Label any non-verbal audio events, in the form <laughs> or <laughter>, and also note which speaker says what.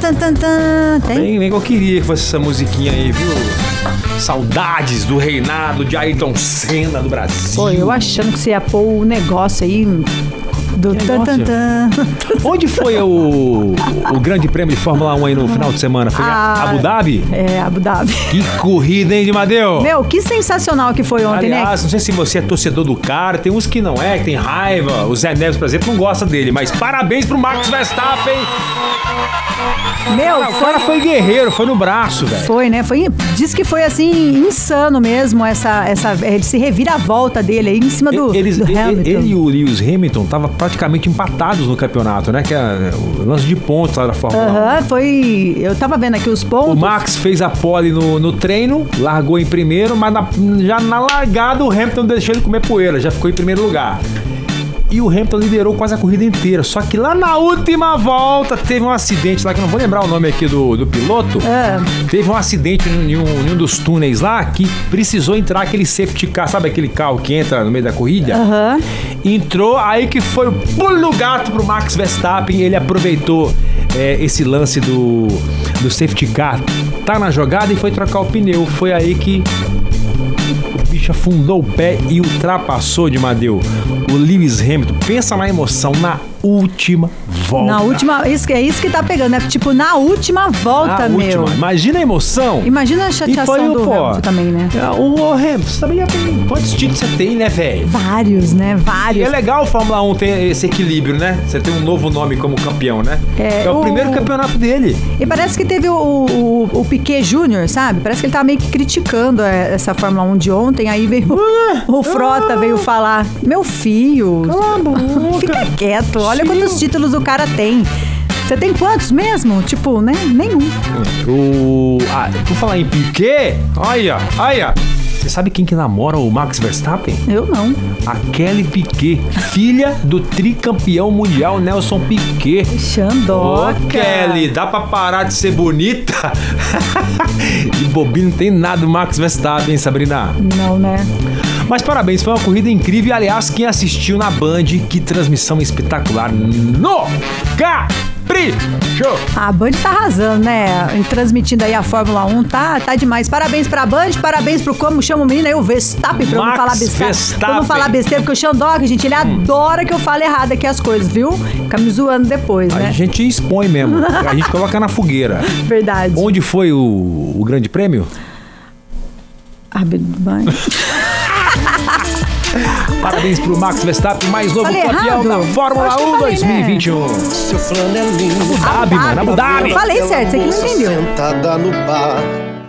Speaker 1: tan, tan. Tem?
Speaker 2: Nem, nem eu queria que fosse essa musiquinha aí, viu? Saudades do reinado de Ayrton Senna do Brasil.
Speaker 3: Pô, eu achando que você ia pôr o negócio aí
Speaker 1: Do tan, tan,
Speaker 2: negócio?
Speaker 1: tan.
Speaker 2: Onde foi o, o grande prêmio de Fórmula 1 aí no final de semana? Foi em
Speaker 3: Ah.
Speaker 2: Abu Dhabi?
Speaker 3: é, Abu Dhabi.
Speaker 2: Que corrida, hein, de Madeu?
Speaker 3: Meu, que sensacional que foi ontem, né?
Speaker 2: Aliás, não sei se você é torcedor do cara, tem uns que não é, que tem raiva. O Zé Neves, por exemplo, não gosta dele, mas parabéns pro Max Verstappen.
Speaker 3: Meu,
Speaker 2: O
Speaker 3: foi,
Speaker 2: cara foi guerreiro, foi no braço, velho.
Speaker 3: foi, né? Foi, diz que foi assim, insano mesmo essa, essa é, esse reviravolta dele aí em cima do,
Speaker 2: Eles,
Speaker 3: do
Speaker 2: ele,
Speaker 3: Hamilton.
Speaker 2: ele e o Lewis Hamilton estavam praticamente empatados no campeonato, né? Que é o lance de pontos lá da Fórmula 1.
Speaker 3: Aham, foi. Eu tava vendo aqui os
Speaker 2: O
Speaker 3: pontos.
Speaker 2: Max fez a pole no, no treino, largou em primeiro, mas na- já na largada o Hamilton deixou ele comer poeira, já ficou em primeiro lugar. E o Hamilton liderou quase a corrida inteira. Só que lá na última volta teve um acidente lá, que eu não vou lembrar o nome aqui do, do piloto.
Speaker 3: Ah.
Speaker 2: Teve um acidente em um, em um dos túneis lá que precisou entrar aquele safety car, sabe aquele carro que entra no meio da corrida?
Speaker 3: Aham.
Speaker 2: Entrou, aí que foi o pulo do gato pro Max Verstappen. Ele aproveitou é, esse lance do, do safety car, tá na jogada e foi trocar o pneu. Foi aí que o bicho afundou o pé e ultrapassou de Madeu o Lewis Hamilton. Pensa na emoção, na última volta.
Speaker 3: Na última. Isso, que- é isso que tá pegando, né? Tipo, na última volta,
Speaker 2: Na
Speaker 3: meu.
Speaker 2: última. Imagina a emoção.
Speaker 3: Imagina a
Speaker 2: E foi
Speaker 3: chateação
Speaker 2: o
Speaker 3: do
Speaker 2: pô.
Speaker 3: Hamilton também, né?
Speaker 2: é, O o Hamilton, você também já tem. Quantos títulos você tem, né, velho?
Speaker 3: Vários, né?
Speaker 2: E é
Speaker 3: Vários.
Speaker 2: legal o Fórmula 1 ter esse equilíbrio, né? Você tem um novo nome como campeão, né?
Speaker 3: É,
Speaker 2: o
Speaker 3: o-
Speaker 2: primeiro campeonato dele.
Speaker 3: E parece que teve o, o, o Piquet Júnior, sabe? Parece que ele tá meio que criticando é, essa Fórmula 1 de ontem. Aí veio
Speaker 2: Ah,
Speaker 3: o Frota, veio falar: Meu filho, fica quieto, olha quantos títulos o cara tem. Você tem quantos mesmo? Tipo, né? Nenhum.
Speaker 2: O. Ah, por falar em Piquet, olha, olha. Você sabe quem que namora o Max Verstappen?
Speaker 3: Eu não.
Speaker 2: A Kelly Piquet, filha do tricampeão mundial Nelson Piquet. Ô,
Speaker 3: Xandoca.
Speaker 2: Kelly, dá pra parar de ser bonita? <laughs> e bobinho não tem nada o Max Verstappen, hein, Sabrina?
Speaker 3: Não, né?
Speaker 2: Mas parabéns, foi uma corrida incrível. Aliás, quem assistiu na Band, que transmissão espetacular no Capricho!
Speaker 3: A Band tá arrasando, né? Em Transmitindo aí a Fórmula 1, tá, tá demais. Parabéns pra Band, parabéns pro como chama o menino aí, o Verstappen, pra eu não
Speaker 2: Max
Speaker 3: falar besteira. Pra eu não
Speaker 2: Verstappen.
Speaker 3: falar besteira, porque o Xandoca, gente, ele adora que eu fale errado aqui as coisas, viu? Fica me zoando depois,
Speaker 2: A
Speaker 3: né?
Speaker 2: gente expõe mesmo, a gente coloca na fogueira.
Speaker 3: Verdade.
Speaker 2: Onde foi o, o grande prêmio?
Speaker 3: Ah, be- bem.
Speaker 2: Parabéns pro Max Verstappen, mais novo
Speaker 3: Falei
Speaker 2: campeão
Speaker 3: errado?
Speaker 2: da Fórmula
Speaker 3: Acho que eu
Speaker 2: 1
Speaker 3: falei, né?
Speaker 2: 2021.
Speaker 4: Seu é flandelinho.
Speaker 2: Abu Dhabi, um. mano, Abu Dhabi.
Speaker 3: Eu falei certo, você que não entendeu.
Speaker 4: Sentada no bar,